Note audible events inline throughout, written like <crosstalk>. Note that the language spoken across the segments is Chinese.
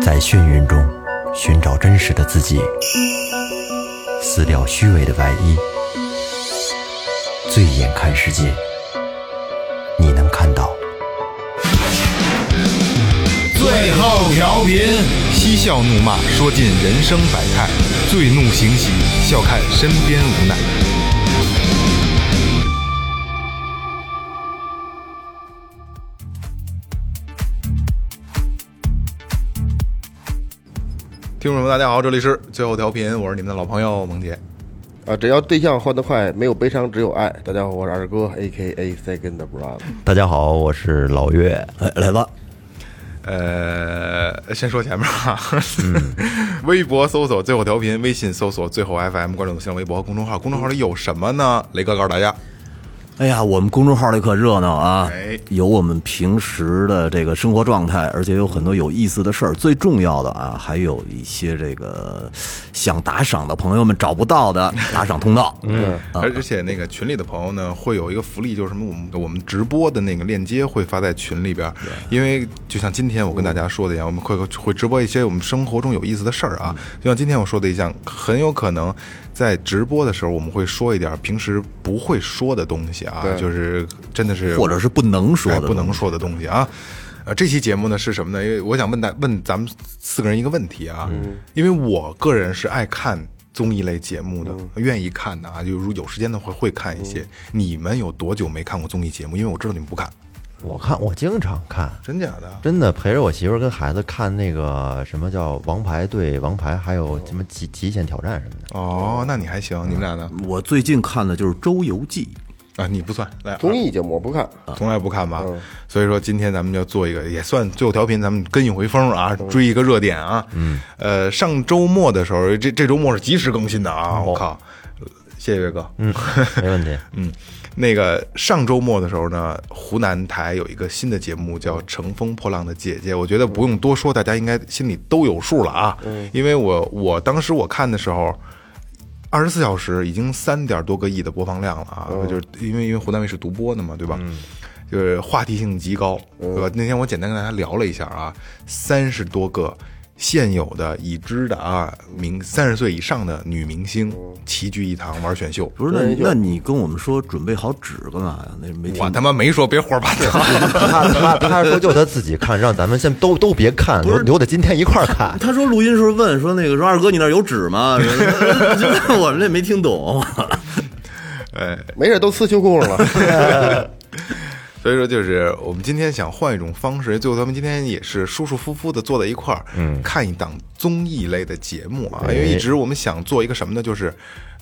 在眩晕中寻找真实的自己，撕掉虚伪的外衣，醉眼看世界，你能看到。最后调频，嬉笑怒骂，说尽人生百态；醉怒行喜，笑看身边无奈。听众朋友们，大家好，这里是最后调频，我是你们的老朋友萌杰。啊，只要对象换得快，没有悲伤，只有爱。大家好，我是二哥，A K A Second Brother。大家好，我是老岳，哎，来吧，呃，先说前面啊， <laughs> 微博搜索最后调频，微信搜索最后 FM，关注我们新浪微博和公众号。公众号里有什么呢？雷哥告诉大家，哎呀，我们公众号里可热闹啊哎，有我们平时的这个生活状态，而且有很多有意思的事儿。最重要的啊，还有一些这个想打赏的朋友们找不 <laughs> 到的打赏通道。嗯，而而且那个群里的朋友呢，会有一个福利，就是什么我们我们直播的那个链接会发在群里边儿，因为就像今天我跟大家说的一样，我们会会直播一些我们生活中有意思的事儿嗯啊，就像今天我说的一样，很有可能在直播的时候我们会说一点儿平时不会说的东西啊，就是真的是或者是不能说哎的，不能说的东西啊。呃，这期节目呢是什么呢？因为我想问大问咱们四个人一个问题啊，嗯因为我个人是爱看综艺类节目的，嗯愿意看的啊，就如有时间的话会看一些。你们有多久没看过综艺节目？因为我知道你们不看，我看我经常看，真假的？真的陪着我媳妇儿跟孩子看那个什么叫《王牌对王牌》，还有什么极极限挑战什么的。哦，那你还行，你们俩呢？我最近看的就是《周游记啊，你不算，来，啊综艺节目我不看，嗯从来不看吧，所以说今天咱们就做一个，也算最后调频，咱们跟一回风啊，嗯追一个热点啊。嗯，呃，上周末的时候，这这周末是及时更新的啊，嗯我靠，谢谢岳哥。嗯没问题， <laughs> 嗯，那个上周末的时候呢，湖南台有一个新的节目叫《乘风破浪的姐姐》，我觉得不用多说，大家应该心里都有数了嗯啊。因为我我当时我看的时候。二十四小时已经三点多个亿的播放量了啊！嗯就是因为因为湖南卫视独播的嘛，对吧？就是话题性极高，嗯对吧？那天我简单跟大家聊了一下啊，三十多个现有的已知的啊明三十岁以上的女明星嗯齐聚一堂玩选秀》。，不是？那你那你跟我们说准备好纸干嘛呀？那没我听。他妈没说别胡说八道， <laughs> 他他他说 <laughs> 就他自己看，让咱们先都都别看，留留到今天一块儿看。他说录音时候问说那个说二哥你那儿有纸吗？ <laughs> 就是我们这没听懂。哎没事，都撕秋裤上了。 <laughs> <laughs> 所以说就是我们今天想换一种方式，最后咱们今天也是舒舒服服的坐在一块儿，嗯，看一档综艺类的节目啊，因为一直我们想做一个什么呢，就是。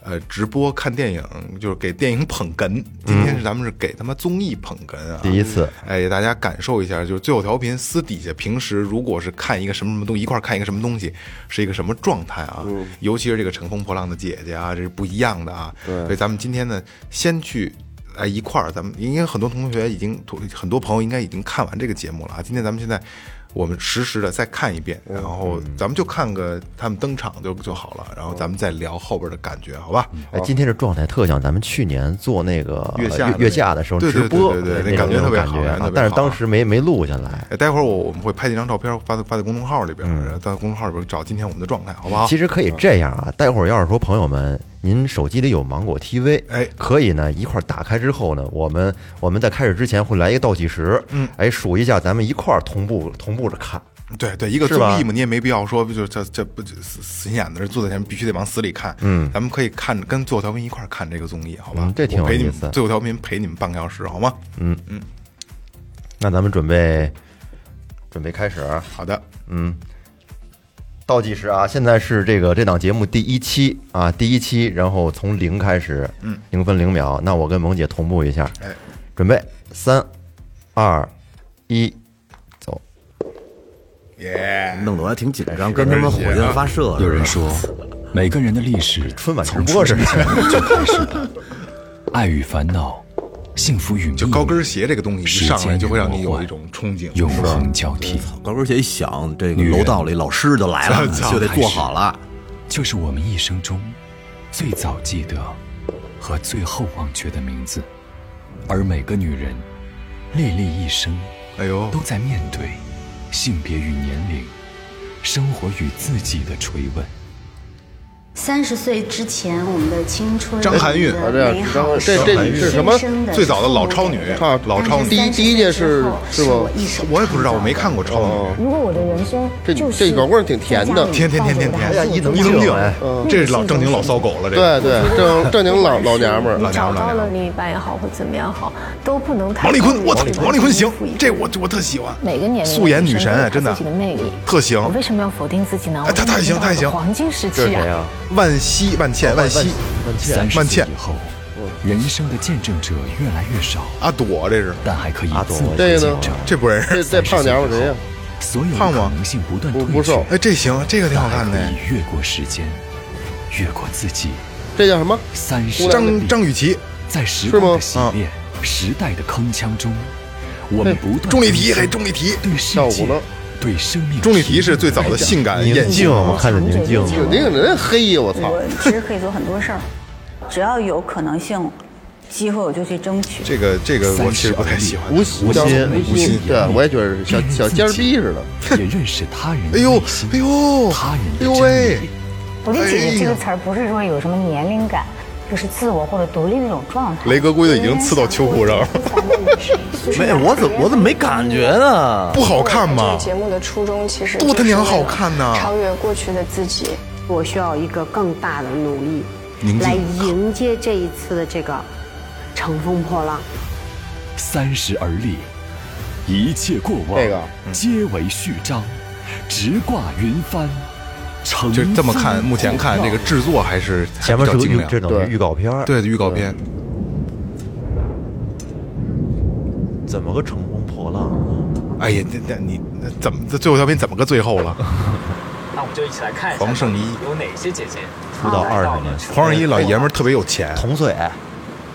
呃，直播看电影就是给电影捧哏，今天是咱们是给他妈综艺捧哏啊，第一次，哎，大家感受一下，就是最后调频私底下平时如果是看一个什么什么东西，一块儿看一个什么东西，是一个什么状态啊？尤其是这个乘风破浪的姐姐啊，这是不一样的啊。所以咱们今天呢，先去。来一块儿，咱们应该很多同学已经，很多朋友应该已经看完这个节目了啊。今天咱们现在，我们实时的再看一遍，然后咱们就看个他们登场就就好了，然后咱们再聊后边的感觉，嗯好吧？哎，今天这状态特像咱们去年做那个月下的那个月下的时候对对直播，对对对对那种那感觉特别那种好感玩特觉别啊，但是好当时没没录下来。哎，待会儿我我们会拍几张照片发在发在公众号里边，然后在公众号里边找今天我们的状态，好不嗯好？嗯其实可以这样啊，待会儿要是说朋友们，您手机里有芒果 TV，哎可以呢一块儿打开之后呢，我们我们在开始之前会来一个倒计时，嗯，哎，数一下，咱们一块儿同步同步着看，对对，一个是综吧艺嘛，你也没必要说就这这不死死心眼子，坐在前面必须得往死里看。嗯，咱们可以看跟最后调频一块儿看这个综艺，好吧？嗯这挺有我陪你们意思最后调频陪你们半个小时，好吗？嗯那咱们准备准备开始，啊好的，嗯倒计时啊！现在是这个这档节目第一期啊，第一期，然后从零开始，嗯，零分零秒。那我跟萌姐同步一下，哎，准备三二一，走！耶、弄得我还挺紧张，哎跟他们火箭发射似有的。人说，每个人的历史春晚直从播出是生吧前就开始了，爱与烦恼，幸福与就高跟鞋这个东西一时上来间就会让的你魔有幻一种憧憬，永是吧？恒交替，高跟鞋一响，这个楼道里老师就 <laughs> 来了，就得坐好了。就是我们一生中最早记得和最后忘却的名字，而每个女人历历一生，哎呦都，在面对性别与年龄、生活与自己的追问。三十岁之前，我们的青春，张含韵我们的美好，这这这是什么最早的老超女啊老超女第一第一件事是是吧哦我一手我也不知道，我没看过超女。如果我的人生这就是这老味儿挺甜的天天天天天，哎呀伊能伊静能静啊哎，这是老正经老骚狗了，这对个。对，正正经老老娘们你儿，找老娘到们儿了另一半也好，或怎么样好，都不能太。王丽坤，我操，王丽坤行负一，这我我特喜欢。每个年龄素颜女神都有啊，她真的自己的魅力特行我。为什么要否定自己呢？哎她她也行她也行黄金时这是谁期啊？啊，哦万茜，万茜，万茜，三十万岁茜以，后，人生的见证者越来越少，阿朵啊这是，但还可以阿朵自我这见个呢证。这不认识。这这胖娘们儿谁呀？所有的胖吗可能性不断不退不却瘦，哎，这行，这个挺但好还可看的。以越过时间，越过自己。这叫什么？三十张张雨绮，啊在时是光吗的洗练、时代的铿锵中，我们不断钟丽缇，提嘿，钟丽缇，对世跳界舞呢、对生命，钟丽缇是最早的性感宁艳静，啊星。我看着宁静，啊有那个人黑呀！我操，我其实可以做很多事儿，只要有可能性、机会，我就去争取。这个这个我其实不太喜欢。啊无心无叫心无无心心，对，我也觉得是小小尖儿逼似的。 <laughs> 也认识他人的哎呦内心，哎呦，他人哎的呦真喂理，，我觉得“姐姐”这哎个呀词儿不是说有什么年龄感，就是自我或者独立的一种状态。雷哥估计已经刺到秋裤上了，没，我怎我怎么没感觉呢？不好看吗？这个节目的初衷其实多他娘好看呐就是为了超越过去的自己。我需要一个更大的努力，来迎接这一次的这个乘风破浪。三十而立，一切过往这个嗯皆为序章，直挂云帆。乘就这么看，风目前看破这浪个制作还是还前比面较是个精预，良这。等于预告片儿，对，预告片，怎么个乘风破浪啊？哎呀，这这你那怎么这最后调频怎么个最后了？那我们就一起来看一下黄圣依有哪些姐姐出道二十年，黄圣依老爷们儿特别有钱，同岁，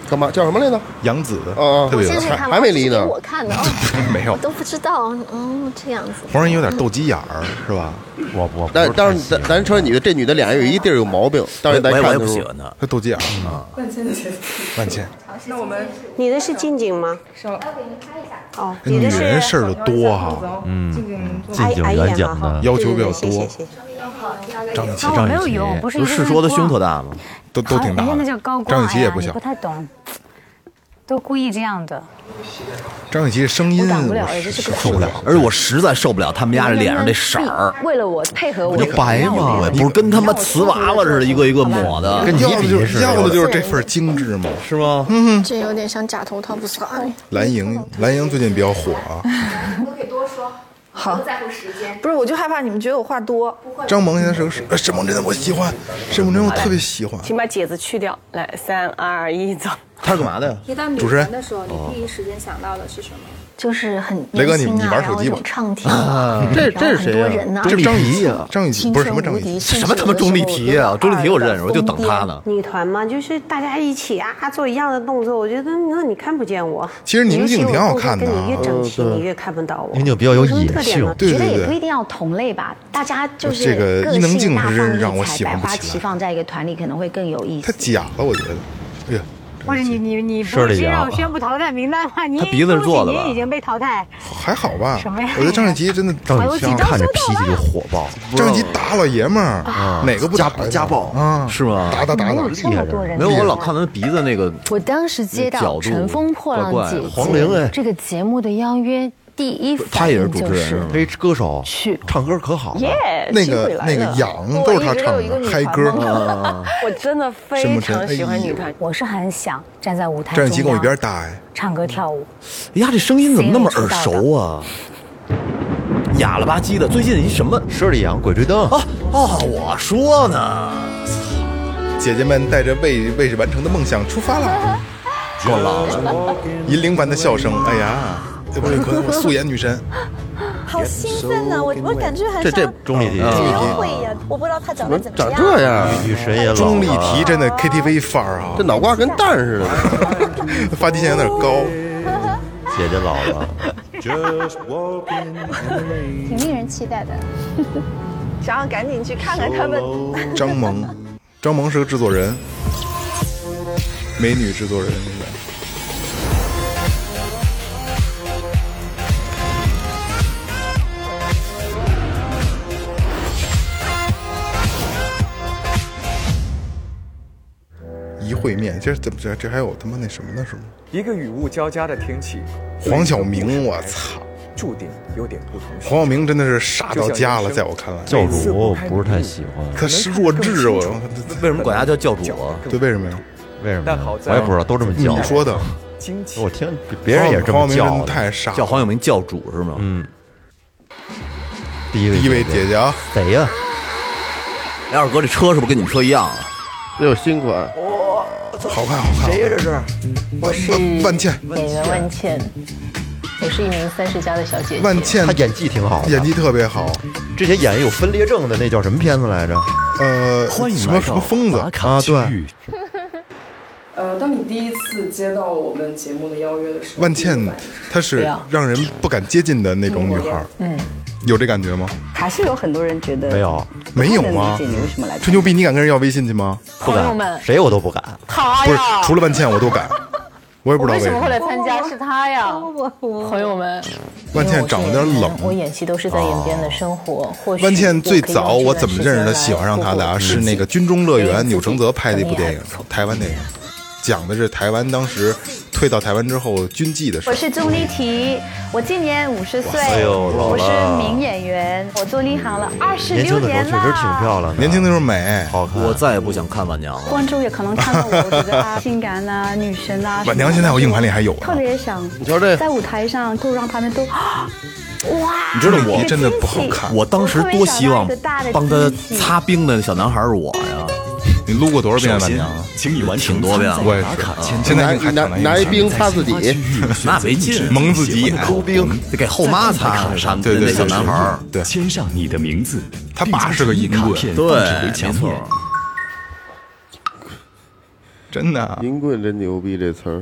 干嘛叫什么来着？杨紫哦哦特别有我钱，还还没离呢我看的啊， <laughs> <laughs> 没有我。都不知道，嗯，这样子。黄圣依有点斗鸡眼儿是吧？我我但但是咱咱咱说女的，这女的脸有一地儿有毛病，但我是也咱我也看不的时喜候欢，他。他斗鸡眼嗯儿啊，万茜，你的是近景吗？哦女人事儿就多哈，近景远景的，呃要求比较多，张雨哎绮张雨没有绮有，不是不一是个是说他人胸光特大吗？都都挺大哎呀那叫高的。光张雨绮也哎呀不你小不，太懂，都故意这样的。张雨绮声音我是受不了，而且我实在受不了他们家这脸上这色儿，为了我配合我就白嘛我也不是跟他妈瓷娃娃似的，一个一个抹的，跟你要的比就是是要的就是这份精致嘛。是吗？嗯这有点像假头套不撒哎蓝莹，蓝莹最近比较火啊，好，不是，我就害怕你们觉得我话多，张萌现在是个是，呃沈萌真的我喜欢，沈萌真的我特别喜欢。请把“姐”字去掉。来，三二一，走。他是干嘛的呀？哦你当女主持人的时候，你 <laughs> 第一时间想到的是什么？就是很雷哥你年轻啊你玩手然机吧后有唱跳啊，这然后这是很谁多呀人呢，这青张雨绮春啊，张雨绮不是什么张雨无敌绮，什么他妈钟丽缇啊？钟丽缇我认识，我就等他呢。女团嘛，就是大家一起啊，做一样的动作。我觉得那你看不见我，其实宁静挺好看的你啊越整齐，你越看不到我。宁静比较有野性，对觉得对也不对一，定要同类吧，大家就是这个个伊能性静大放是真异让我彩喜欢百不花起来齐放，在一个团里可能会更有意太思。假了，我觉得。哎呀，不是你你你不是里啊布淘汰名单吗？你他鼻子是做的吧你已经被淘汰。还好吧什么呀？我觉得张雨绮真的，张雨绮看着脾气就火爆，张雨绮打老爷啊们儿，嗯哪个不家打呀家暴啊？是吗打打打打，厉害人。没有，我老看他鼻子那个，我当时接角到《度乘风破浪怪怪姐的姐》黄龄哎这个节目的邀约，第一他反也是应主就持人是是吗？这歌手去唱歌可好了，耶那机会个来那个了痒都是他唱的，嗨歌。啊 <laughs> <laughs> 我真的沈非梦辰哎呦。我是很想站在舞台张中雨绮央跟我一边大哎，唱歌跳舞。嗯哎呀，这声音怎么那么耳熟啊？哑了吧唧的，最近一什么？佘丽阳《鬼吹灯》啊哦，我说呢，姐姐们带着未未完成的梦想出发了，够老了，银铃般的笑声，哎呀，这王丽坤，我素颜 <laughs> 女神，好兴奋啊呐！我我感觉很这这啊像钟丽缇，刘慧呀，我不知道她长得怎么怎么长样。这样？啊与谁也老了钟丽缇真的 KTV 范儿啊这，脑瓜跟蛋似的。 <laughs> 发际线有点高，姐姐老了，挺令人期待 <laughs> 的。想要赶紧去看看他们。张萌，张萌是个制作人，美女制作人应该。烩面，这怎么这这还有他妈那什么呢？是吗？一个雨雾交加的天气，黄晓明，我操，注定有点不同。黄晓明真的是傻到家了，在我看来，教主我不是太喜欢，他是弱智，我为什么管他叫教主啊？对，为什么呀？为什么呀？我也不知道，都这么叫。你说的，我听别人也这么叫，太傻，叫黄晓明教主是吗？嗯。第一位，第一位姐姐啊，谁呀？梁二哥，这车是不是跟你们车一样啊？这有新款，哇，好看好看！谁呀？这是？我是啊万茜，演员万茜，我是一名三十加的小姐姐。万茜，她演技挺好，演技特别好。之前演有分裂症的那叫什么片子来着？呃，什么什么疯子啊？对。呃，当你第一次接到我们节目的邀约的时候，万茜她是让人不敢接近的那种女孩，嗯，有这感觉吗？还是有很多人觉得没有，没有吗？你为什么来？吹牛逼，你敢跟人要微信去吗？不敢，谁我都不敢。他呀，哎不是除了万茜我都敢，我也不知道为什么会来参加，是他呀，朋友们。万茜长得有点冷，啊我演戏都是在演别人的生活。或许万茜最早我怎么认识她、喜欢上她的啊？是那个《军中乐园》，钮承泽拍的一部电影，台湾电影，讲的是台湾当时退到台湾之后军纪的事。哎我是钟丽缇，我今年五十岁，我是名演员，我做这行了嗯二十六年了。啊确实挺漂亮，年轻的时候美，好看。我再也不想看万娘了。观众也可能看到 <laughs> 我，我觉得啊，性感呐、女神呐。万娘现在我硬盘里还有。啊哎特别想，你瞧这，在舞台上够让他们都。 <gasps> 哇！你知道我真的不好看，我当时多希望帮他擦冰的小男孩是我呀！你撸过多少遍了？请你完挺多遍了，我也是。现在还拿拿一冰擦自己，那没劲，蒙自己眼，抠冰得给后妈擦。对对，小男孩，对，签上你的名字，他爸是个淫棍，对，没错。真的，啊银棍真牛逼这词儿。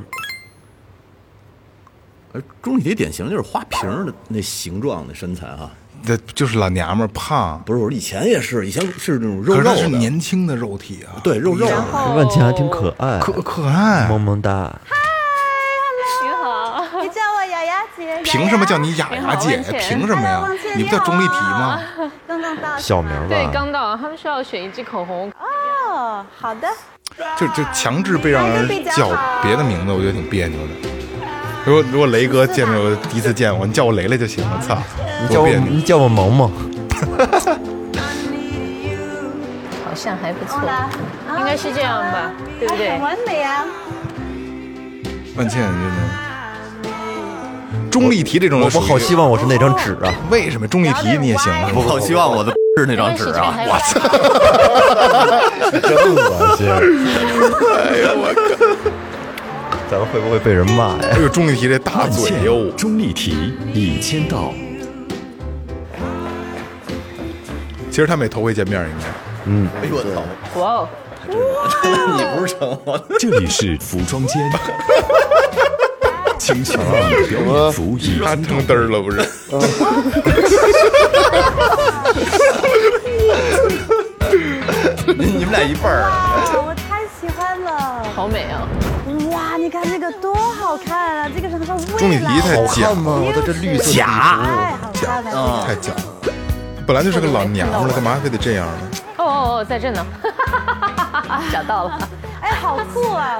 钟丽缇典型就是花瓶的那形状的身材哈、啊，这就是老娘们胖。不是，我以前也是，以前是那种肉肉的，是年轻的肉体啊，对，肉肉的。万茜还挺可爱，可可爱，萌萌哒。嗨，hello，你好，你叫我雅雅姐，凭什么叫你雅雅姐？凭什么呀？哎你不叫钟丽缇啊吗？刚刚到，小名吧？对，刚到，他们说要选一支口红。哦，好的。就就强制被让人叫别的名字，我觉得挺别扭的。如果如果雷哥见着我第一次见我，你叫我雷雷就行了。操，你叫我你叫我萌萌， <laughs> 好像还不错，啊应该是这样吧，对不对？很完美啊！万茜真的，钟丽缇这种我我好希望我是那张纸啊！为什么钟丽缇你也行啊？我好希望我的是那张纸啊！哎我操，真恶心！哎呦我靠！咱们会不会被人骂呀？哎呦，钟丽缇这大嘴哟！钟丽缇一签到，其实他们也头回见面，应该。嗯。哎呦我操！哇哦！ <laughs> 你不是成我。这里是服装间。请选你表演服已他成嘚儿了不是？嗯你们俩一半儿。啊我太喜欢了。好美啊！哇，你看这个多好看啊！这个是它的哎钟丽缇太假吗？我的这绿色假，啊哎假哦太假了，本来就是个老娘们了，干嘛非得这样呢？哦哦哦，在这呢， <laughs> 找到了， <laughs> 哎，好酷啊！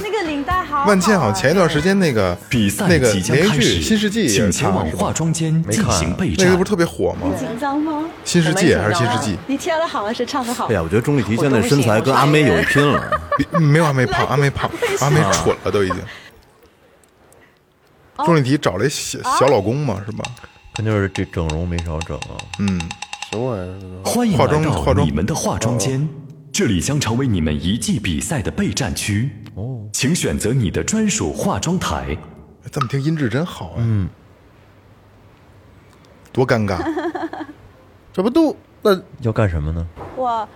那个领带好。万茜好像前一段时间那个比赛那个连续剧《新世纪》请前往化妆间进啊行备战，那个不是特别火吗？紧张吗？新世纪还是新世纪？你跳的好还是唱的好？哎呀，我觉得钟丽缇现在身材跟阿妹有一拼了。没有阿妹 <laughs> 胖，阿妹胖，阿妹蠢了都已经。钟丽缇找了一小小老公嘛，是吧？她就是这整容没少整啊。嗯，什么玩意儿？欢迎化妆来到你们的化妆间，这里将成为你们一季比赛的备战区。哦，请选择你的专属化妆台。这哎么听音质真好哎，嗯，多尴尬。这不都那要干什么呢？我。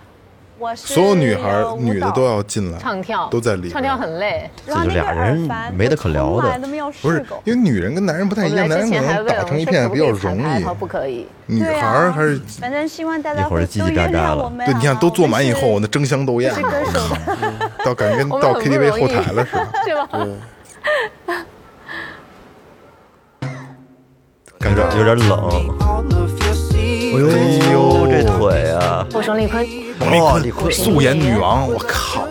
我是所有女孩女的都要进来，唱跳都在里面，唱跳很累，这就啊俩人没得可聊的，不是因为女人跟男人不太一样，男人可能打成一片比较容易，不可以，女孩还是反正希望大家一会儿叽叽喳喳了，对，你看都坐满以后，那争相斗艳，<laughs> 到感觉跟到 KTV 后台了似的，对吧？感觉有点冷。哎呦，这腿啊！我是李坤，哎哦，李坤素颜女王，我靠！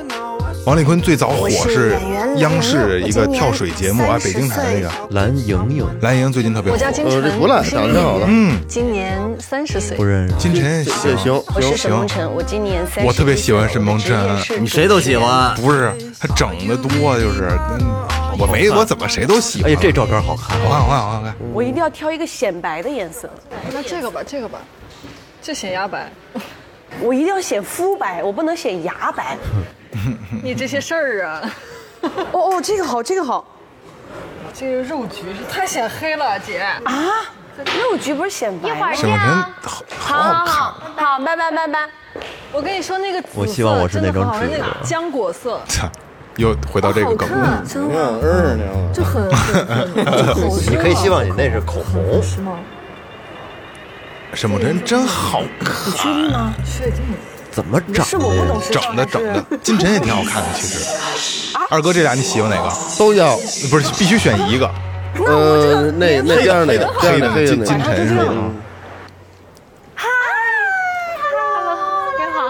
王丽坤最早火我是是演员央视一个我今年跳水节目啊，北京台那个蓝莹莹，蓝莹最近特别火。我叫金晨，是一个嗯，今年三十岁，不认识金晨也行行我是沈行梦辰，我今年三十，我特别喜欢沈梦辰，你谁都喜欢？不是，他整的多就是，嗯我没我怎么谁都喜欢？哎，这照片好看，好看，好看，好哦看。我一定要挑一个显白的颜色。那这个吧，这个吧，这显牙白。我一定要显肤白，我不能显牙白。你这些事儿啊，哦哦，这个好，这个好。这个肉橘是太显黑了，姐啊，肉橘不是显白吗？一会儿沈梦辰好好好好，好，拜拜拜拜。我跟你说那个紫色我希望我是那种真的很好看紫色那个浆果色，又回到这个梗好嗯了看，啊真好看啊啊就很你可以希望你那是口红，是吗？沈梦辰真好看，你确定吗？确定。怎么整的是我不懂事整的整的，金晨也挺好看的，其实。啊二哥，这俩你喜欢哪个？都要，不是必须选一个。 <laughs> 呃，那那这样那个，这黑样那个，的黑的这金样金啊那晨个是吧？嗯你好，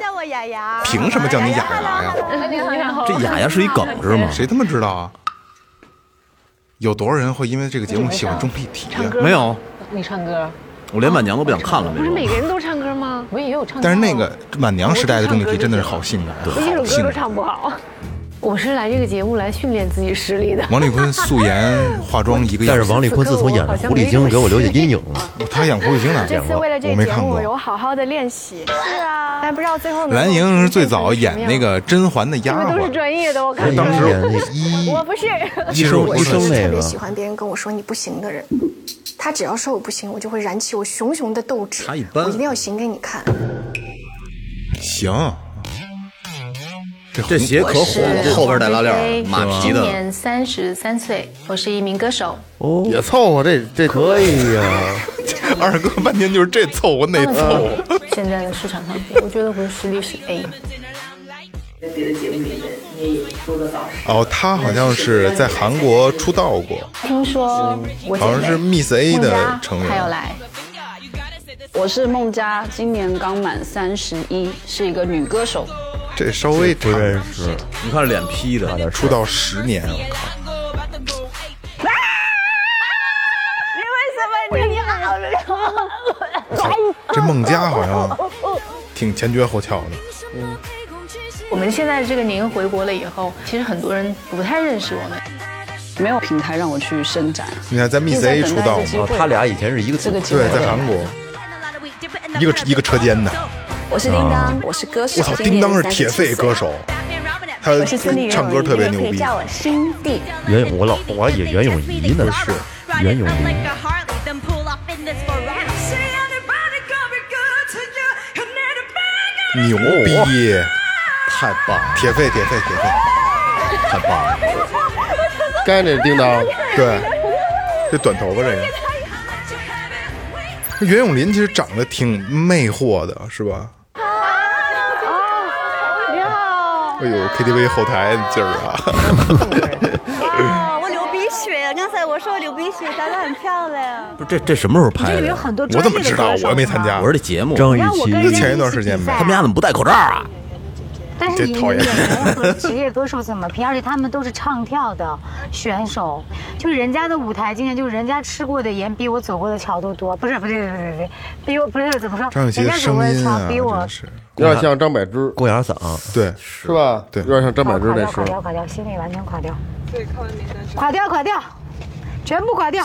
叫我雅雅。凭什么叫你雅雅呀？你好，你好这雅雅是一梗是吗谁他妈知道啊？有多少人会因为这个节目喜欢钟丽缇唱呀？歌没有，你唱啊歌，我连晚娘都不想看了，不那是种。每个人都唱歌吗？我也有唱歌。但是那个晚娘时代的钟丽缇真的是好性感，我一首好啊歌性都感。唱不好。我是来这个节目来训练自己实力的。王丽坤素颜化妆一个样但子，是王丽坤自从演了狐狸精，给我留下阴影啊了。她演狐狸精呢？这次为了这啊个我没节看目，过。我好好的练习。是啊，但不知道最后有没有蓝莹是最早演那个甄嬛的你丫们都是鬟，专业的，我看我当时出来我了 <laughs> 我不是其实我我医生是那特别个喜欢别人跟我说你不行的人，他只要说我不行，我就会燃起我熊熊的斗志，他一般我一定要行给你看。行，这这鞋可火了，后边带拉链儿，马皮今的。年三十三岁，我是一名歌手。哦，也凑合这这可以呀。 <laughs> 二哥半天就是这凑合那放凑得合。开 <laughs> 现在的市场上，我觉得我的实力是 A。在别的节目里面，你也多多少少哦，她好像是在韩国出道过，听啊说我姐妹好像是 Miss A 的成员她要来，我是孟佳，今年刚满三十一，是一个女歌手。这稍微不认识。你看脸 P 的，出道十年，我靠，你为什么你好了？ <laughs> 哎这孟佳好像挺前撅后翘的。 <laughs> 我们现在这个年回国了以后，其实很多人不太认识我们。没有平台让我去伸展。你看，在 Miss A 出道嘛，哦他俩以前是一个这个机会对，在韩国，一个一个车间的。我是叮当，我是歌手。啊我操，叮当是铁肺歌手，他唱歌特别牛逼。我新帝。袁咏，我老我还以为袁咏仪呢，是袁咏仪。啊牛嗯逼，太棒了！铁肺，铁肺，铁肺，太棒了！该那叮当，对，这短头发这个。这袁咏琳其实长得挺魅惑的，是吧？你好，哎呦，KTV 后台的劲儿 <laughs> 啊！我流鼻血了。刚才我说我流鼻血，长得很漂亮。不是这这什么时候拍的？这里有很多专业的我怎么知道歌手我也没参加我说这节目，张雨绮就他们家怎么不戴口罩啊？但是这你讨 <laughs> 厌演员和职业歌手怎么拼？而且他们都是唱跳的选手，就是人家的舞台经验，就是人家吃过的盐比我走过的桥都多。不是，不对，不对，不对，比我不是怎么说？张雨绮人的家走过的声音桥啊比我真有点像张柏芝，郭雅嗓，对，是吧？对，有点像张柏芝垮那掉，时垮掉，候。垮掉，心里完全垮掉。对，垮掉，垮掉，全部垮掉。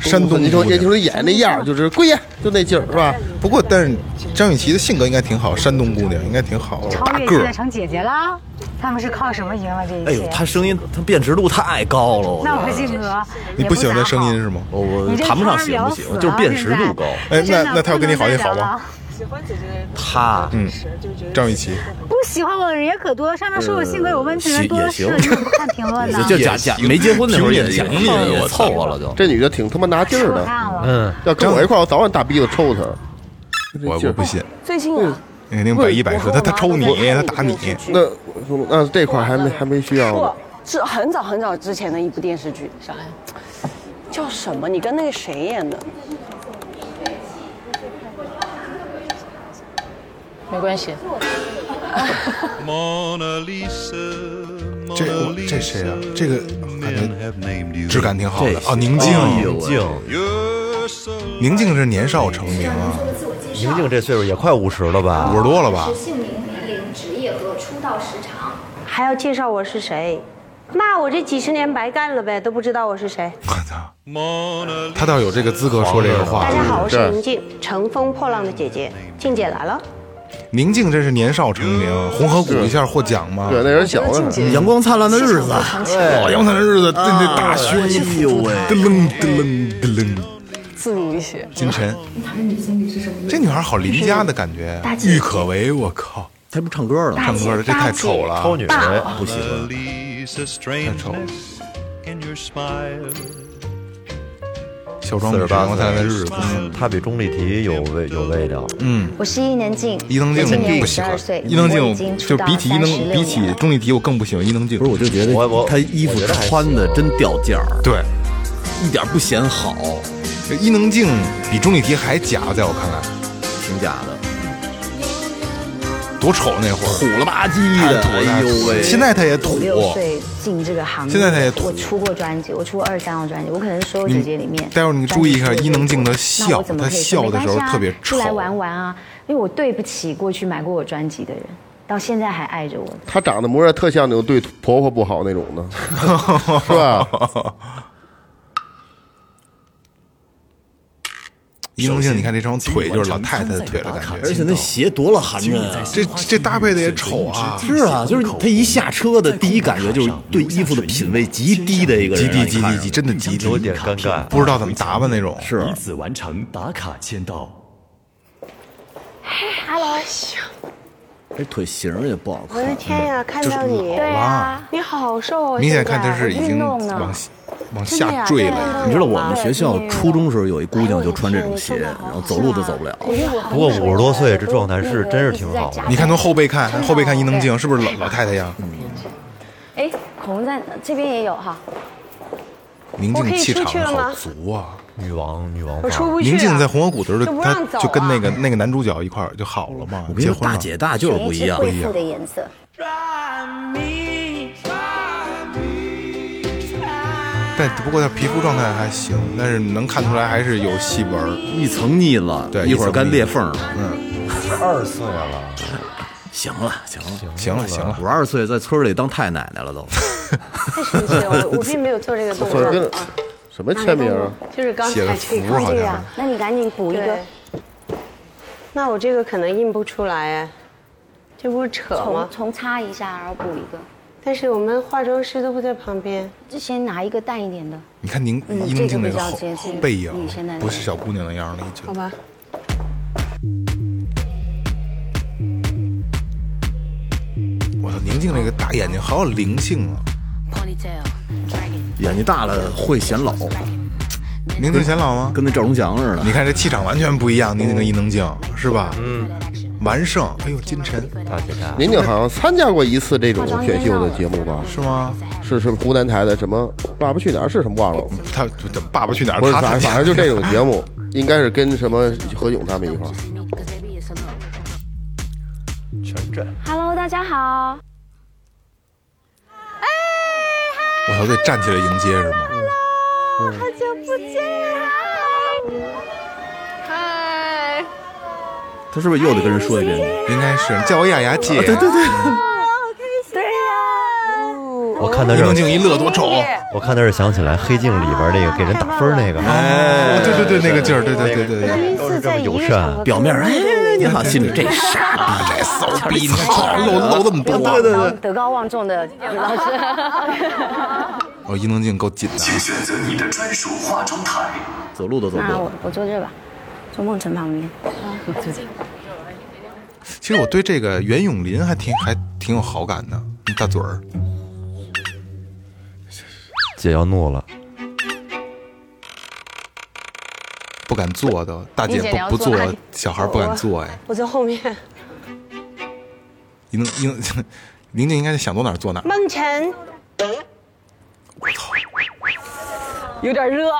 山东，你瞅，你瞅你演那样儿，就是跪下，就那劲儿，是吧？不过，但是张雨绮的性格应该挺好，山东姑娘应该挺好，超大越个现在儿。成姐姐啦，他们是靠什么赢啊了这哎一呦切，？他声音他辨识度太高了，那我觉性得。格你也不不喜欢咋他好声音是吗？我我你这谈不上仨喜欢不聊喜死欢，就是了辨现识度在高。哎真那的那他要不跟你能好再就好聊吧了。喜欢姐姐他嗯，张雨绮不喜欢我的人也可多，上面说我性格有问题的人呃多了喜去也了，你行怎么不看评论呢？就假假没结婚那会儿也行也也凑合了就。这女的挺他妈拿劲儿扯淡的，了嗯，要跟我一块儿，我早晚大鼻子抽她。我我不信，最近啊，肯定百依百顺。他他抽你，他打你。那那这块儿还没还没嗯需要呢不，是很早很早之前的一部电视剧，啥呀？叫什么？你跟那个谁演的？没关系。这我这谁啊？这个感觉质感挺好的啊，宁静，哦宁静，宁静是年少成名啊。宁静这岁数也快五十了吧？五十多了吧？姓名、年龄、职业和出道时长。还要介绍我是谁？那我这几十年白干了呗，都不知道我是谁。我操！他倒有这个资格说这个话。大家好，我是宁静，乘风破浪的姐姐，静姐来 <laughs> 了。宁静真是年少成名，红河谷一下获奖嘛。对，那人小呢。嗯阳光灿烂的日子，哦，阳光灿烂的日子，啊那那大胸，哎呦喂，噔楞噔楞噔楞，自如一些。金晨，这女孩好邻家的感觉，郁可唯，我靠，她不唱歌了，唱歌了，这太丑了，超女人不喜欢，太丑了。小庄四十比八阳光灿烂岁的日子，她嗯比钟丽缇有味有味道。嗯，我是伊能静，伊能今年静五不十喜二欢岁，，伊我能已静经就出道比哎起伊能36比起年了钟丽缇，我更不喜欢伊能静。不是，我就觉得我我她衣服我觉得还穿的真掉价儿，对，一点不显好，伊能静比钟丽缇还假，在我看来，挺假的，多丑那会土儿，了吧唧太的，土了哎呦喂！现在她也土五，六岁进这个行业，现在她也土我出过专辑，我出过二三张专辑，我可能是所有姐姐里面。待会儿你注意一下伊能静的笑，她她笑的时候特别丑啊出。来玩玩啊，因为我对不起过去买过我专辑的人，到现在还爱着我。她长得模样特像那种对婆婆不好那种 <laughs> 的，是吧？伊能静，你看这双腿就是老太太的腿的感而且觉，那鞋多了寒碜啊！这这搭配的也丑啊，是啊，就是他一下车的第一感觉就是对衣服的品味极低的一个人，极低让你极看低着极，真的极低，有点尴尬不知道怎么打扮那种。是以此完成打卡签到。哎 Hello，这哎腿型儿也不好我的看。嗯天呀，看到你，对啊，你好瘦哦，明显现在看她是已经我运动呢往往下坠了。你知道我们学校初中时候有一姑哎娘就穿这种鞋，然后走路都走不了。不过五十多岁这状态是真是挺好的。你看从后背看，后背看伊能静是不是老老太太呀？嗯哎，恐龙在这边也有 <laughs> 哈，宁静气场我可以出去了好吗足啊！女王女王我出范儿不去啊。宁静在红河谷的时就候，不她让走啊就跟那个那个男主角一块儿就好了嘛我，跟你结说，婚大了。姐大就是不一样恢。复的颜色。但不过她皮肤状态还行，但是能看出来还是有细纹儿。一层腻了，对一会儿该一层腻嗯裂缝了。二十岁了，行了，行了，行了行了五，十二岁在村里当太奶奶了都。太神奇了，我我并没有做这个动所以作啊跟，什么签名啊？就是刚写的才去符看好这像个是啊。。那你赶紧补一个对，那我这个可能印不出来哎，这不是扯吗重？重擦一下，然后补一个，但是我们化妆师都不在旁边，就先拿一个淡一点的。你看宁嗯伊能静那这个比个较后接近后背影你现在，那个不是小姑娘的样儿了，已经好。吧？我操，宁静那个大眼睛好有灵性啊！眼睛大了会显老，宁静显老吗？跟那赵忠祥似的。你看这气场完全不一样，宁静跟伊能静是吧？嗯，完胜，哎呦，金晨大姐大宁宁好像参加过一次这种选秀的节目吧？是吗？是是湖南台的什么《爸爸去哪儿》是什么忘了？他这爸爸去哪儿？不是，他反反正就这种节目，应该是跟什么何炅他们一块儿。全占。 Hello，大家好。我操，得站起来迎接是吗？好久不见啊啦！嗨，他是不是又得跟人说一遍？应该是叫我雅雅姐。对对对，对呀、我看她伊这能，静一乐多丑。哎我看她是想起来《黑镜》里边那个给人打分那个，哦哎，对对对，那个劲儿，对对对对对。第一都是次这么在友一个善场合，表面哎你好，心里这傻逼，这骚逼，你看露露这么多。德高望德高望重的老师，哦，伊能静够紧的。选择你的专属化妆台。走路都走不那我了。我坐这吧，坐梦辰旁边。其实我对这个袁咏琳还挺还挺有好感的，大嘴儿。姐要怒了，不敢坐的，大姐你姐你要不不坐坐哪里，小孩不敢坐哎。我在后面。宁宁宁静应该是想坐哪儿坐哪儿。梦辰，有点热。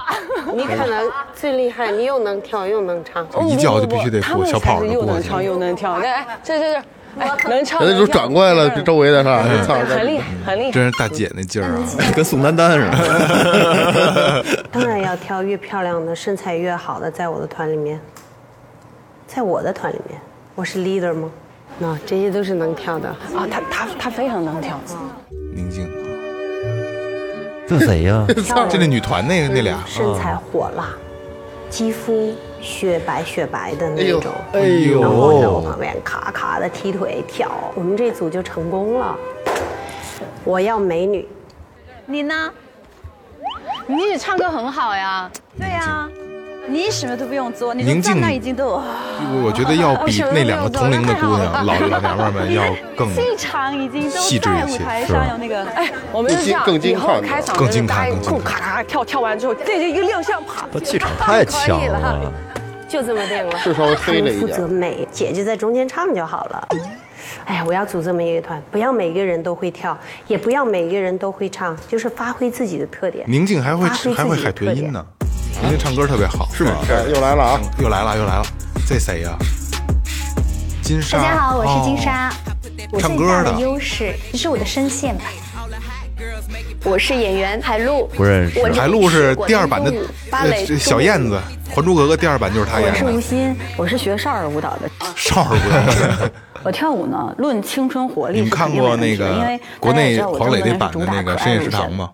你可能最厉害，你又能跳又能唱，哦哦一叫就必须得他们小才跑是着又过能去。唱又能跳，那哎这这这，哎能唱人家能都跳转过来了，这周围的是吧？嗯唱着很厉害很厉害，真是大姐那劲儿啊，跟宋丹丹似 <laughs> 的。 <laughs> 当然要挑越漂亮的、身材越好的，在我的团里面，在我的团里面，我是 leader 吗？那、啊这些都是能跳的啊，他他他非常能跳。宁静。这谁 <laughs> <laughs> 呀就那女团那个那俩嗯嗯啊身材火辣，肌肤雪白雪白的哎那呦种，哎呦然后在我旁哦边咔咔的踢腿跳，我们这组就成功了。我要美女，你呢？你也唱歌很好呀。对呀、你什么都不用做，你宁就静站那已经都啊有。我我觉得哦要比那两个同龄的姑娘、老老娘们儿们要更气场已经细都致在一舞些台是上吧有那个，哎，我们是这样更精以后开场更精看就是更精大看家咔咔跳，跳完之后，对这一个亮相，啪，不，气场太强可以了了，就这么定了。是稍微黑了一点负责美，姐姐在中间唱就好了。哎，我要组这么一个团，不要每个人都会跳，也不要每个人都会唱，就是发挥自己的特点。宁静还会发挥自己的还会海特豚点音呢，宁静唱歌特别好，是吗？又来了啊！又来了又来了，这谁呀？金莎。大家好，我是金哦。莎。我唱最歌大的的优势是我的声线吧。我是演员海璐，不认我海璐是第二版的我是芭呃蕾这小燕子，《还珠格格》第二版就是她演我是的吴。昕，我是学少儿舞蹈的。 <laughs> 少儿舞蹈，我跳舞呢，论青春活力你们是看肯定没过问那题的，因个为国大家也内知道我黄磊那这个人版是的主打那个可深夜爱食路堂线吗？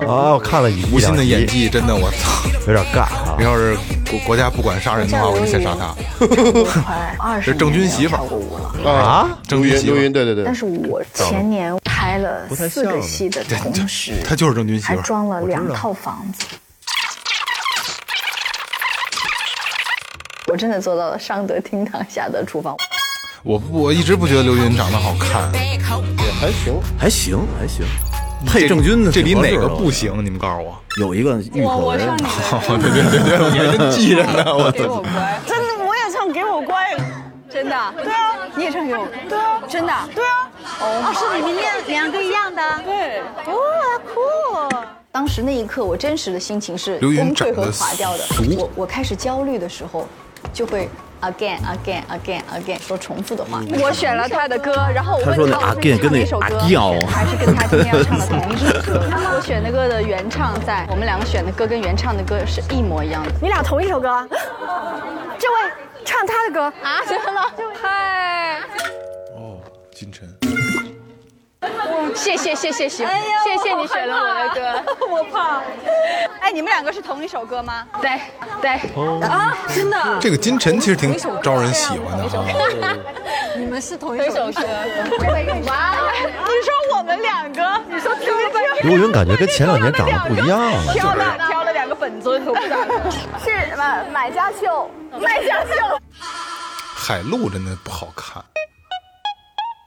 啊！我看了一吴昕的两集演技真的，我操，有点尬啊！要是国国家不管杀人的话，我就先杀他。快二 <laughs> 这十是郑钧媳妇儿啊，郑钧媳妇儿，云对对对但是我前年拍了四个戏 <laughs> 的同时，她就是郑钧媳还妇儿。装了两套房子。我真的做到了上得厅堂，下得厨房。我不，我一直不觉得刘云长得好看，也还行，还行还行，这配郑钧的这里挺合哪适个的不行？你们告诉我。有一个玉口人我哦对对对对，你还真记着呢，我给我乖，真的，我也唱给我乖，真的。对啊，你也唱给我，对啊，真的，对啊。哦哦，是你们两两个一样的。对，哇，酷！当时那一刻，我真实的心情是刘云崩溃长和得垮掉的俗。我我开始焦虑的时候，就会 again again again again 说重复的话。我选了他的歌，然后我他说问那阿我健说跟唱那一首阿歌，调啊还是跟他今天要唱 <laughs> 的同一首歌。我选的歌的原唱在我们两个选的歌跟原唱的歌是一模一样的。你俩同一首歌，这位唱他的歌啊？怎么了？嗨，哦，金晨，谢谢谢谢谢，哎呀谢谢你我好害选了我的歌，怕我怕。哎，你们两个是同一首歌吗？对对哦啊，真的。这个金晨其实挺招人喜欢 <laughs> 的哈。你们是同一首歌。哇，你说我们两个，你说听了半刘云感觉跟前两年长得不一样了，就挑是了挑了两个本尊，我不敢。是什么？买家秀，卖家秀。海璐真的不好看，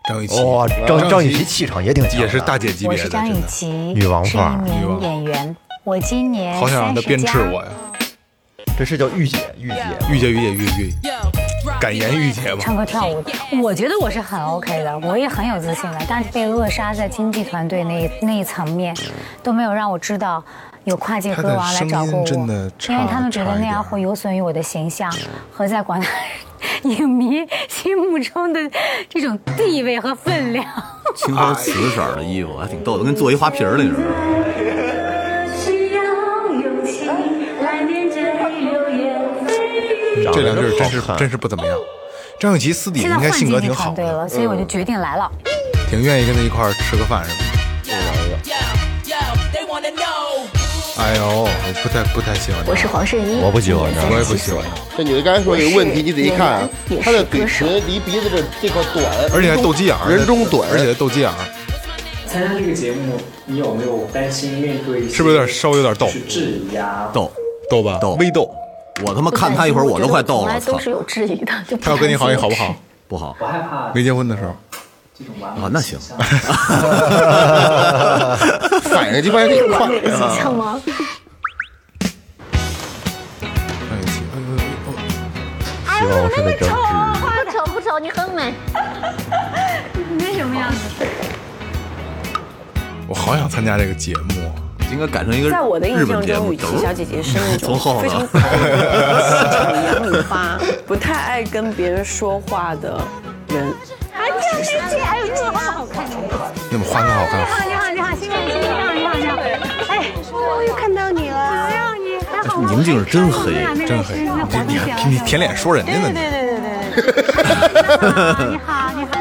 张雨绮哇，张张雨绮气场也挺强的，也是大姐级我别是的，张真雨的。绮，女王是范儿一名演员。我今年好想让她鞭笞我呀！这是叫御姐，御姐，御姐，御姐，御姐，御姐，敢言御姐唱吗？歌跳舞，我觉得我是很 OK 的，我也很有自信的，但是被扼杀在经纪团队那一那一层面，都没有让我知道有跨界歌王来找过她的我，声音真的差因为他们觉得那样会有损于我的形象和在广大影迷心目中的这种地位和分量。 <laughs> 青花瓷色儿的衣服还挺逗的，跟做一花瓶儿那似的。哎需要勇气来面对流言蜚这两句儿真长得是真好看真是不怎么样。张雨绮私底现下在应该换性经格纪挺团好队了，的，所以我就决定来了。挺愿意跟她一块儿吃个饭什么的。哎呦，我不太不太喜欢她。我是黄圣依我不喜欢她，我也不喜欢她。这女的刚才说有个问题，你仔细看啊也，是她的嘴唇离鼻子这这块短，而且还斗鸡眼儿，人中短，而且还斗鸡眼儿，参加这个节目，你有没有担心面对一些是不是有点稍微有点逗？质疑啊？逗逗吧，逗微逗。我他妈看他一会儿，我都快逗了。操！有质疑的，就他要跟你好，你好不好？不好我害怕没结婚的时候，啊，<laughs> 那行。反应鸡巴挺快。 <laughs> 吗？希望我是那张纸。不丑不丑，你很美。你是什么样子？我好想参加这个节目啊，应该改成一个在我的印日象本节中，目雨琦小姐姐是哦 <laughs> 那种从后非呢常口语、洋语发，不太爱跟别人说话的人。还有这这，哎呦，这花好看！你们画 <laughs> 那么好你看，好，你好，你好，新年新年，你好，你好，你好！哎，我又看到你了，哎呀，你还好吗？宁静是真黑，哎真黑，你你你你舔脸说人家呢你。对对对对你好，你好。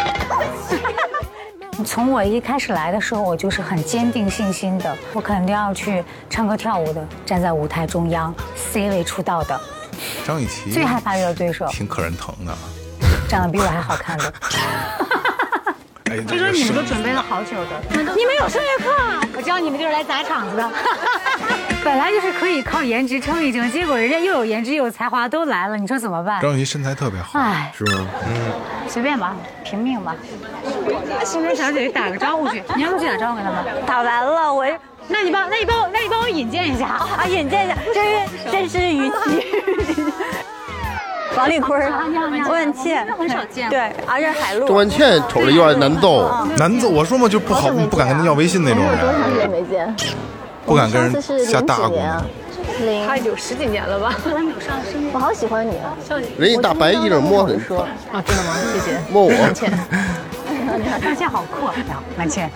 从我一开始来的时候，我就是很坚定信心的，我肯定要去唱歌跳舞的，站在舞台中央 C 位出道的。张雨绮最害怕遇到对手，挺可人疼的啊。长得比我还好看的。哎，这个说你是们都准备了好久的，你们有声乐课啊？我知道你们就是来砸场子的。本来就是可以靠颜值撑一撑，结果人家又有颜值又有才华都来了，你说怎么办？张雨绮身材特别好，哎，是吗？嗯，随便吧，平命吧。新梅小姐姐打个招呼去， <laughs> 你让陆去打招呼给他们。打完了，我那你帮那你帮我那你帮我引荐一下啊，引荐一下，这是这是雨琦，王丽坤啊你好你好你好儿、万茜我们很少见对，而且海陆。郑万茜瞅着有点难揍，难揍。我说嘛，就不好，不敢跟他要微信那种人，长时间没见？哎不敢跟人下大我鼓。们零，他有十几年了吧？ <laughs> 我好喜欢你啊！ <laughs> 人家大白衣裳摸你，啊，真的吗？谢谢。摸我，万茜好酷啊，万 <laughs> 茜，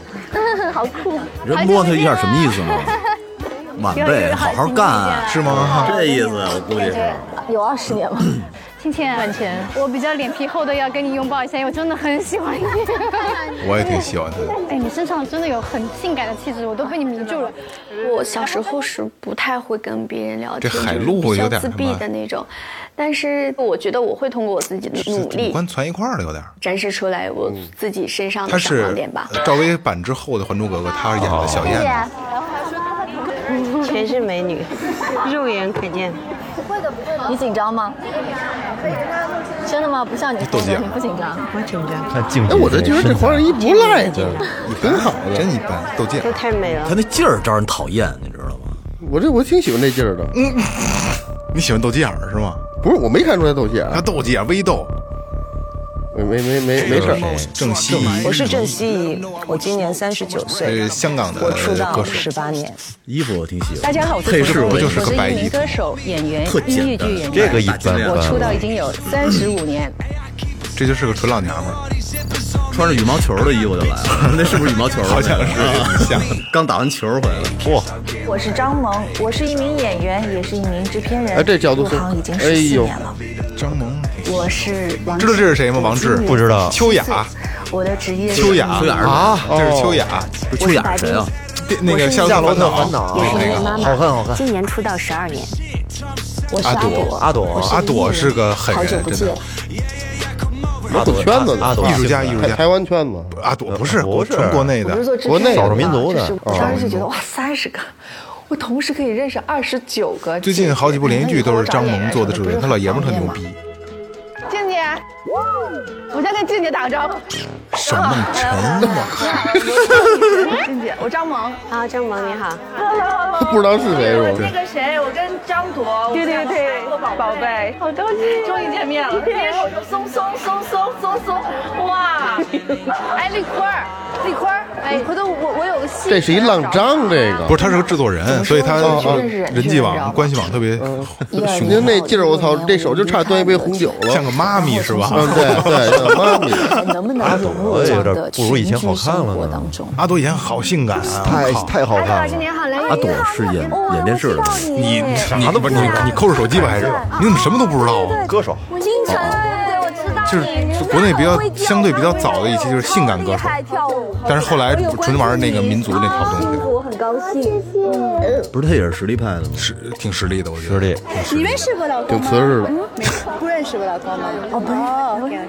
好酷。 <laughs> 人摸他一下什么意思吗？晚辈，好好干啊，是吗这意思我估计是。有二十 <coughs> 年吗？倩倩，万茜，啊我比较脸皮厚的，要跟你拥抱一下，因为我真的很喜 <laughs> 欢你。我也挺喜欢他的。哎，你身上真的有很性感的气质，我都被你迷住了。我小时候是不太会跟别人聊天，这海陆就是比较有点自闭的那种，但是我觉得我会通过我自己的努嗯五力官攒一块儿了，有点儿。展示出来我自己身上嗯他的闪是光点吧。赵薇版之后的《还珠格格》，他演的小燕子。全是美女，肉眼可见。不会的，不会的。你紧张吗？真的吗？不像你斗鸡眼你不紧张，我紧张。看镜哎，我这觉得这黄圣依不赖，这挺好的，真一般，斗劲这太美了他。那劲儿招人讨厌，你知道吗？我这我挺喜欢这劲儿的，嗯，你喜欢斗鸡眼儿是吗？不是，我没看出来斗鸡眼，他斗鸡眼微斗，没没没没没事儿，郑希怡，我是郑希怡，我今年三十九岁呃，，香港的我出歌道手十八年。衣服我挺喜欢。大家好，我配饰是涂不薇就是我和是白一名衣服歌？手、演员特、音简乐剧单演员。这个一般般我出道已经有三十五年，这就是个纯老娘们儿。穿着羽毛球的衣服就来了，那是不是羽毛球？好像是像。刚打完球回来。哇，我是张萌，我是一名演员，也是一名制片人。哎，这角度入是行已经，哎十四呦年，了。张萌，我是王志，知道这是谁吗？王志今年秋雅，我的职业是秋雅，秋雅是谁啊，这是秋雅，不是秋雅是谁啊？电那个我是夏夏洛洛特特烦恼也啊是一啊那位个妈妈，好看好看哎今年出道十二年，我是阿朵，阿朵我是阿朵艺人是个狠好久人，不真见的。。我走圈子阿的朵，艺术家艺术家台湾圈子，阿朵不是，不是纯国内的我是做制国片内人少的数民族的就是我啊当哦时就觉得哇，三十个，我同时可以认识二十九个。最近好几部连续剧都是张萌做的主角，他老爷们儿特牛逼。静姐，我先跟静姐打个招呼。沈 <laughs> 梦辰，我靠，静姐，我张萌。啊好，张萌你好，他不知道是谁是吧？个谁，我跟张铎，对对对，宝贝，好高兴，啊终于见面了。今天手松松松松松松，哇！ <laughs> 哎，李坤儿，李坤儿，哎，回头我我有个戏，这是一浪张，这个不是他是个制作人，所以他呃人际网关系网特别你雄就嗯那劲儿，我操，这手就差端一杯红酒像了。个妈咪是吧？嗯，对 <laughs> 对，妈咪，能不啊能融入我这有样点的不如以群居前好看生了活呢当中？阿朵以前好性感啊！太我靠太好看了。好嘞，阿朵是演演电视的吗？你你不你你扣着手机吧还是？你怎么什么都不知道啊？哦歌手，京城，对，我知道就是就国内比较相对比较早的一期就是性感歌手，跳舞，但是后来哎纯玩那个民族那套东哦西，我很高兴。不是他也是实力派的吗？是挺实力的，我觉得。实力，嗯你认识我老嗯挺瓷实的。不认识我老公吗？哦，不认识。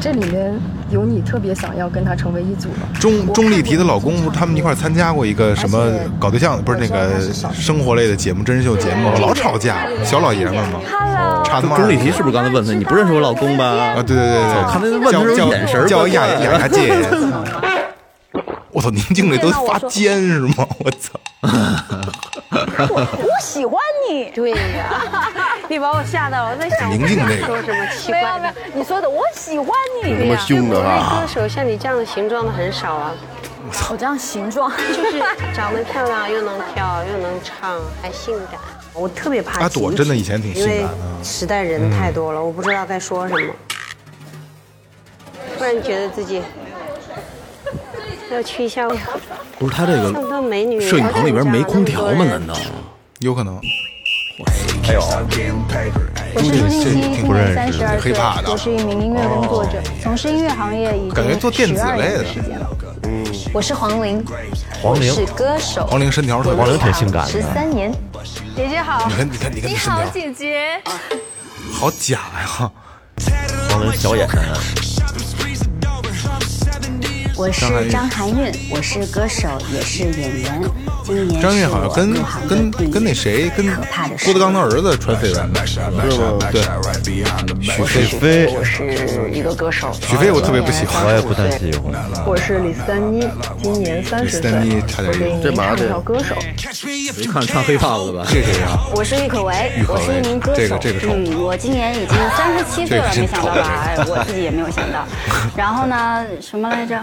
这里面有你特别想要跟他成为一组吗？钟钟丽缇的老公，他们一块儿参加过一个什么搞对象，不是那个生活类的节目，真人秀节目，老吵架，小老爷们儿嘛，差他妈钟丽缇是不是刚才问他你不认识我老公吧？啊，对对对对，看他问的时候叫眼神儿叫我怪怪雅的雅雅姐。 <laughs> 我操，宁静这都发尖是 <laughs> 吗？我操， <laughs> 我喜欢你。对呀， <laughs> 你把我吓到了，我在想宁静这个说什么奇没怪有没的有。，你说的我喜欢这你。他妈凶的国内歌哈！手像你这样的形状的很少啊，我这样形状就是长得漂亮，又能跳，又能唱，还性感。我特别怕阿朵集体真的以前挺性感的因为时代人太多了，我不知道该说什么。突然觉得自己要去一下，不是他这像不到美女。个摄影棚里边没空调吗？难道？哎有可能。还有，我是朱静熙，今年三十二岁黑怕，的啊哦我是一名音乐工作者，从事音乐行业已经感觉做电子12类年的嗯时间。我是黄龄，黄龄我是歌手，黄龄身条特别我好黄龄入行挺性感的十三年。姐姐好，你看你看你看这身条姐姐。好假呀！黄龄小眼神，我张含是韵张含韵，我是歌手，也是演员。今年张是韵好像我跟入行的跟跟那谁跟郭德纲的儿子传绯闻，对，许飞，许飞，我是一个歌手，许飞我特别不喜欢，我也不太喜欢。我是李斯丹妮，今年三十岁，李斯丹妮差点意思我给这您麻唱子一首歌手。没看唱黑怕的吧？这谁呀？我是郁可唯郁，可我唯是一名歌手。这个这个丑嗯，我今年已经三十七岁了，这个真没想到丑吧？哎我自己也没有想到。然后呢，什么来着？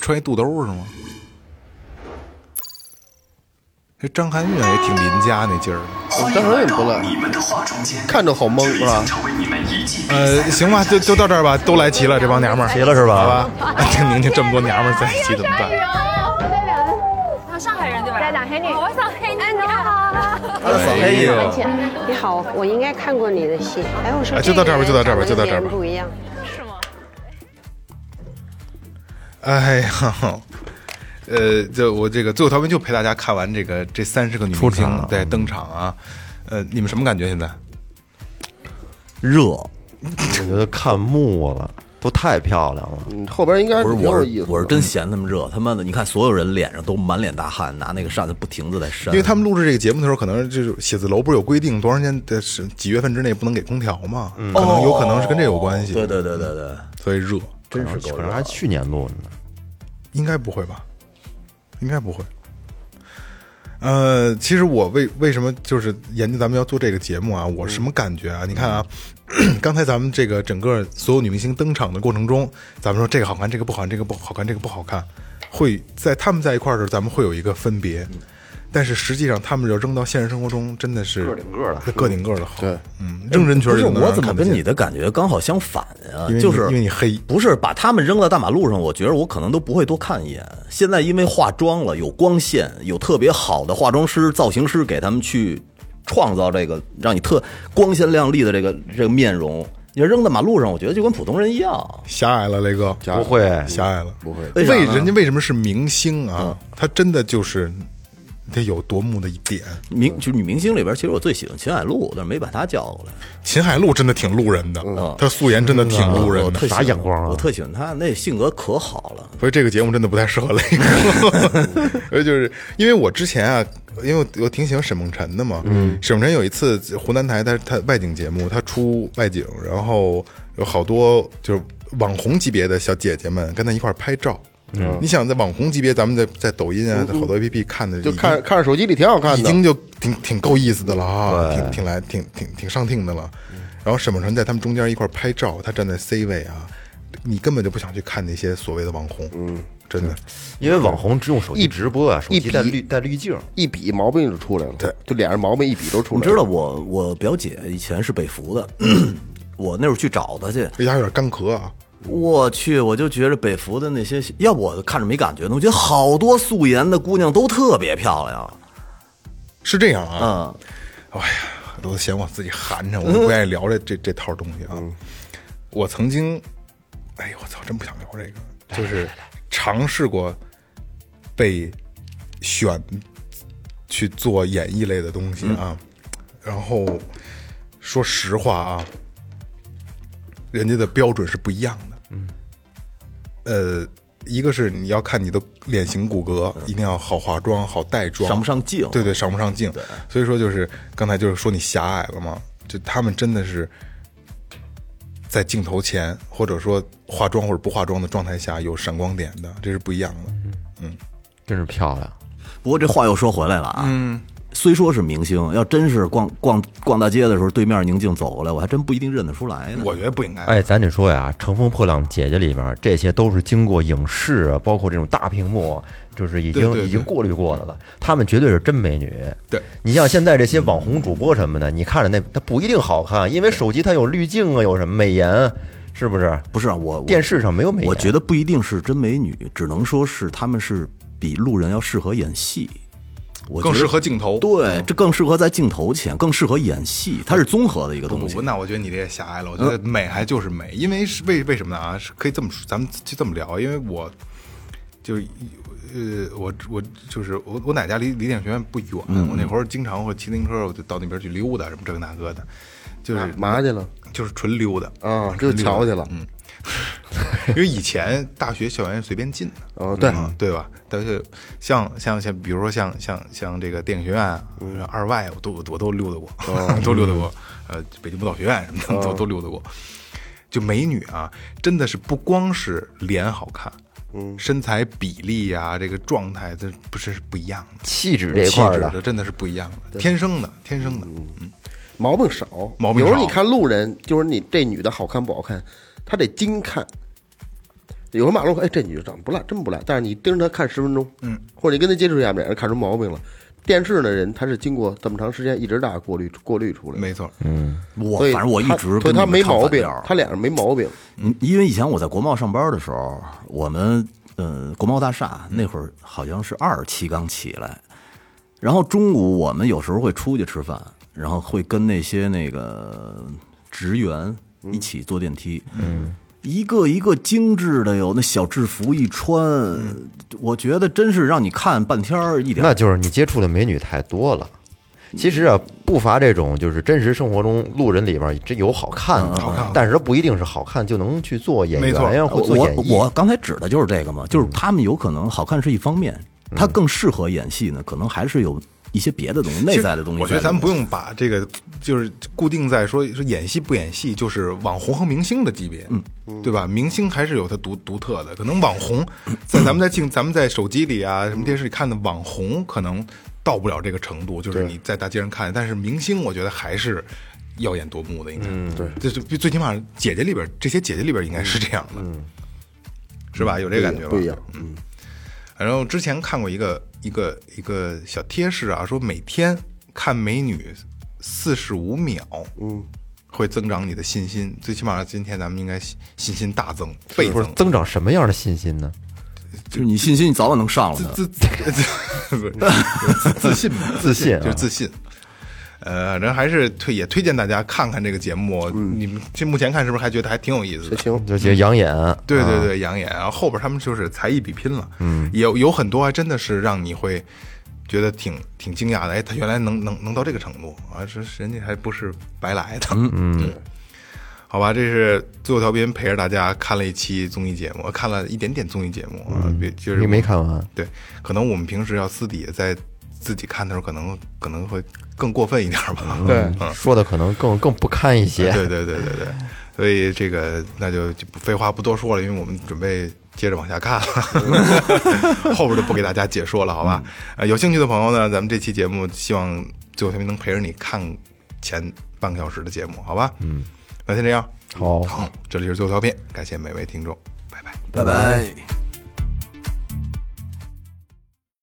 穿一肚兜是吗？这张含韵也挺邻家那劲儿，张含韵不赖，看着好懵是吧？呃，行吧，就就到这儿吧，都来齐了，这帮娘们儿齐了是吧？好吧， <laughs> 宁宁这么多娘们儿在一起怎么办？他上海人对吧？对，两黑女。我想黑女。哎，你好。哎呦，你好，我应该看过你的戏。哎，我说啊就到这儿吧就到这儿吧就到这儿吧长得跟别人不一样。哎呀，呃，这我这个最后调频就陪大家看完这个这三十个女明星在登场啊，呃，你们什么感觉现在？热，我觉得看木了，都太漂亮了。嗯后边应该不是挺有我意是思的我是真嫌他们热，他妈的，你看所有人脸上都满脸大汗，拿那个扇子不停的在扇。因为他们录制这个节目的时候，可能就是写字楼不是有规定多长时间的是几月份之内不能给空调嘛？嗯嗯可能有可能是跟这有关系。哦对对对对对，所以热，真是可能还去年录的呢。应该不会吧？应该不会。呃，其实我为为什么就是研究咱们要做这个节目啊？我什么感觉啊？你看啊，刚才咱们这个整个所有女明星登场的过程中，咱们说这个好看，这个不好看，这个不好看，这个不好看，会在他们在一块儿的时候，咱们会有一个分别。但是实际上，他们要扔到现实生活中，真的是个顶个的，个顶个的好。对，嗯，扔人群不儿是就能让我人怎么看得跟见你的感觉刚好相反啊因为？你就是因为你黑，不是把他们扔到大马路上，我觉得我可能都不会多看一眼。现在因为化妆了，有光线，有特别好的化妆师、造型师给他们去创造这个让你特光鲜亮丽的这个这个面容。你扔到马路上，我觉得就跟普通人一样。狭隘了，雷哥，不会狭隘了，不会为为啥呢嗯人家为什么是明星啊？他真的就是得有夺目的一点。明就女明星里边，其实我最喜欢秦海璐，但是没把她叫过来。秦海璐真的挺路人的，嗯她素颜真的挺嗯路人嗯我的特，喜欢啊我特喜欢她，那性格可好了。所以这个节目真的不太适合雷哥， <laughs> 而就是因为我之前啊，因为我我挺喜欢沈梦辰的嘛，嗯沈梦辰有一次湖南台他他外景节目，他出外景，然后有好多就是网红级别的小姐姐们跟他一块儿拍照。嗯你想在网红级别，咱们在在抖音啊，在好多 A P P 看的已就经，看看着手机里挺好看的，已经就挺挺够意思的了啊，挺挺来挺挺挺上听的了。然后沈梦辰在他们中间一块儿拍照，他站在 C 位啊，你根本就不想去看那些所谓的网红，嗯，真的。因为网红只用手机直播啊，手一机比带滤带滤镜，一比毛病就出来了，对，就脸上毛病一比都出来你了。知道我我表姐以前是北服的， <clears throat> 我那会儿去找她去，这家有点干咳啊。我去，我就觉着北服的那些，要不我看着没感觉呢。我觉得好多素颜的姑娘都特别漂亮。是这样啊，嗯，哎呀，都嫌我自己寒嗯碜，我都不愿意聊这、这这套东西啊。我曾经，哎呦我操，真不想聊这个，就是尝试过被选去做演艺类的东西嗯啊，然后说实话啊，人家的标准是不一样的，嗯，呃。一个是你要看你的脸型骨骼，一定要好化妆、好带妆，嗯上不上镜对对，上不上镜。所以说就是刚才就是说你狭隘了嘛，就他们真的是在镜头前，或者说化妆或者不化妆的状态下有闪光点嗯的，这是不一样的。嗯真是漂亮。不过这话又说回来了啊，嗯，虽说是明星，要真是逛逛逛大街的时候，对面宁静走过来，我还真不一定认得出来呢。我觉得不应该。哎，咱得说呀，《乘风破浪姐姐》里面这些都是经过影视啊，包括这种大屏幕，就是已经对对已经过滤过的了。她们绝对是真美女。对，你像现在这些网红主播什么的，你看着那她不一定好看，因为手机它有滤镜啊，有什么美颜，是不是？不是我电视上没有美颜，我觉得不一定是真美女，只能说是她们是比路人要适合演戏。我觉得更适合镜头对，这更适合在镜头前，更适合演戏，它是综合的一个东西嗯不。那我觉得你这也狭隘了。我觉得美还就是美，因为是为为什么呢？啊，是可以这么说，咱们就这么聊。因为我就是呃，我我就是我我奶家离离电影学院不远，嗯我那会儿经常会骑自行车，我就到那边去溜达，什么这个那个的，就是啊嘛去了？就是纯溜达啊，就瞧去了。嗯，因为以前大学校园是随便进的，哦，对，嗯对吧？但是像像像，比如说像像像这个电影学院啊、嗯二外，我都我都溜达过，哦 <laughs> 都溜达过。呃，北京舞蹈学院什么的，都都溜达过。就美女啊，真的是不光是脸好看，嗯，身材比例啊，这个状态，这不是是不一样的，气质这一块儿的气质真的是不一样的，天生的，天生的，嗯，毛病少，毛病有少时候你看路人，就是你这女的好看不好看，她得精看。有时候马路，哎，这女的长得不赖，真不赖。但是你盯着她看十分钟，嗯，或者你跟她接触一下，两人看出毛病了。电视的人他是经过这么长时间一直大过滤过滤出来的，没错，嗯，我所以反正我一他直所跟以他你们没唱毛反病调，他脸上没毛病。嗯，因为以前我在国贸上班的时候，我们呃国贸大厦那会儿好像是二期刚起来，然后中午我们有时候会出去吃饭，然后会跟那些那个职员一起坐电梯，嗯，一个一个精致的有那小制服一穿，我觉得真是让你看半天儿一点嗯儿那就是你接触的美女太多了。其实啊，不乏这种就是真实生活中路人里边真有好看的，但是它不一定是好看就能去做演员呀，或做呃我演我绎。我刚才指的就是这个嘛，就是他们有可能好看是一方面，他更适合演戏呢，可能还是有一些别的东西，内在的东西在里面。我觉得咱们不用把这个就是固定在说说演戏不演戏，就是网红和明星的级别，嗯，对吧？明星还是有它独独特的，可能网红在咱们在镜咱们在手机里啊什么电视里看的网红，可能到不了这个程度，就是你在大街上看，但是明星我觉得还是。耀眼夺目的，应该，对，这最最起码姐姐里边，这些姐姐里边应该是这样的，是吧？有这个感觉吧？不一样，嗯。然后之前看过一个一个一个小贴士啊，说每天看美女四十五秒，嗯，会增长你的信心。最起码今天咱们应该信信心大增，倍不是增。增长什么样的信心呢？就是你信心，你早晚能上了的。自自不是自 <laughs> 自信吧， <laughs> 自信啊就是自信。呃，人还是推也推荐大家看看这个节目，嗯你们这目前看是不是还觉得还挺有意思的？行，就觉得养眼。对对啊对，养眼。然后后边他们就是才艺比拼了，嗯，有有很多还真的是让你会觉得挺挺惊讶的，哎，他原来能能能到这个程度啊，这人家还不是白来的，嗯 <laughs> 嗯，好吧，这是最后调频陪着大家看了一期综艺节目，看了一点点综艺节目啊，别就是嗯你没看完，对，可能我们平时要私底下在自己看的时候，可能可能会更过分一点吧，嗯。说的可能更更不堪一些。对对对对对，所以这个那就就不废话不多说了，因为我们准备接着往下看了， <laughs> 后边就不给大家解说了，好吧？嗯呃，有兴趣的朋友呢，咱们这期节目希望最后天明能陪着你看前半个小时的节目，好吧？嗯，那先这样，好，好，这里是最后调频，感谢每位听众，拜拜，拜拜。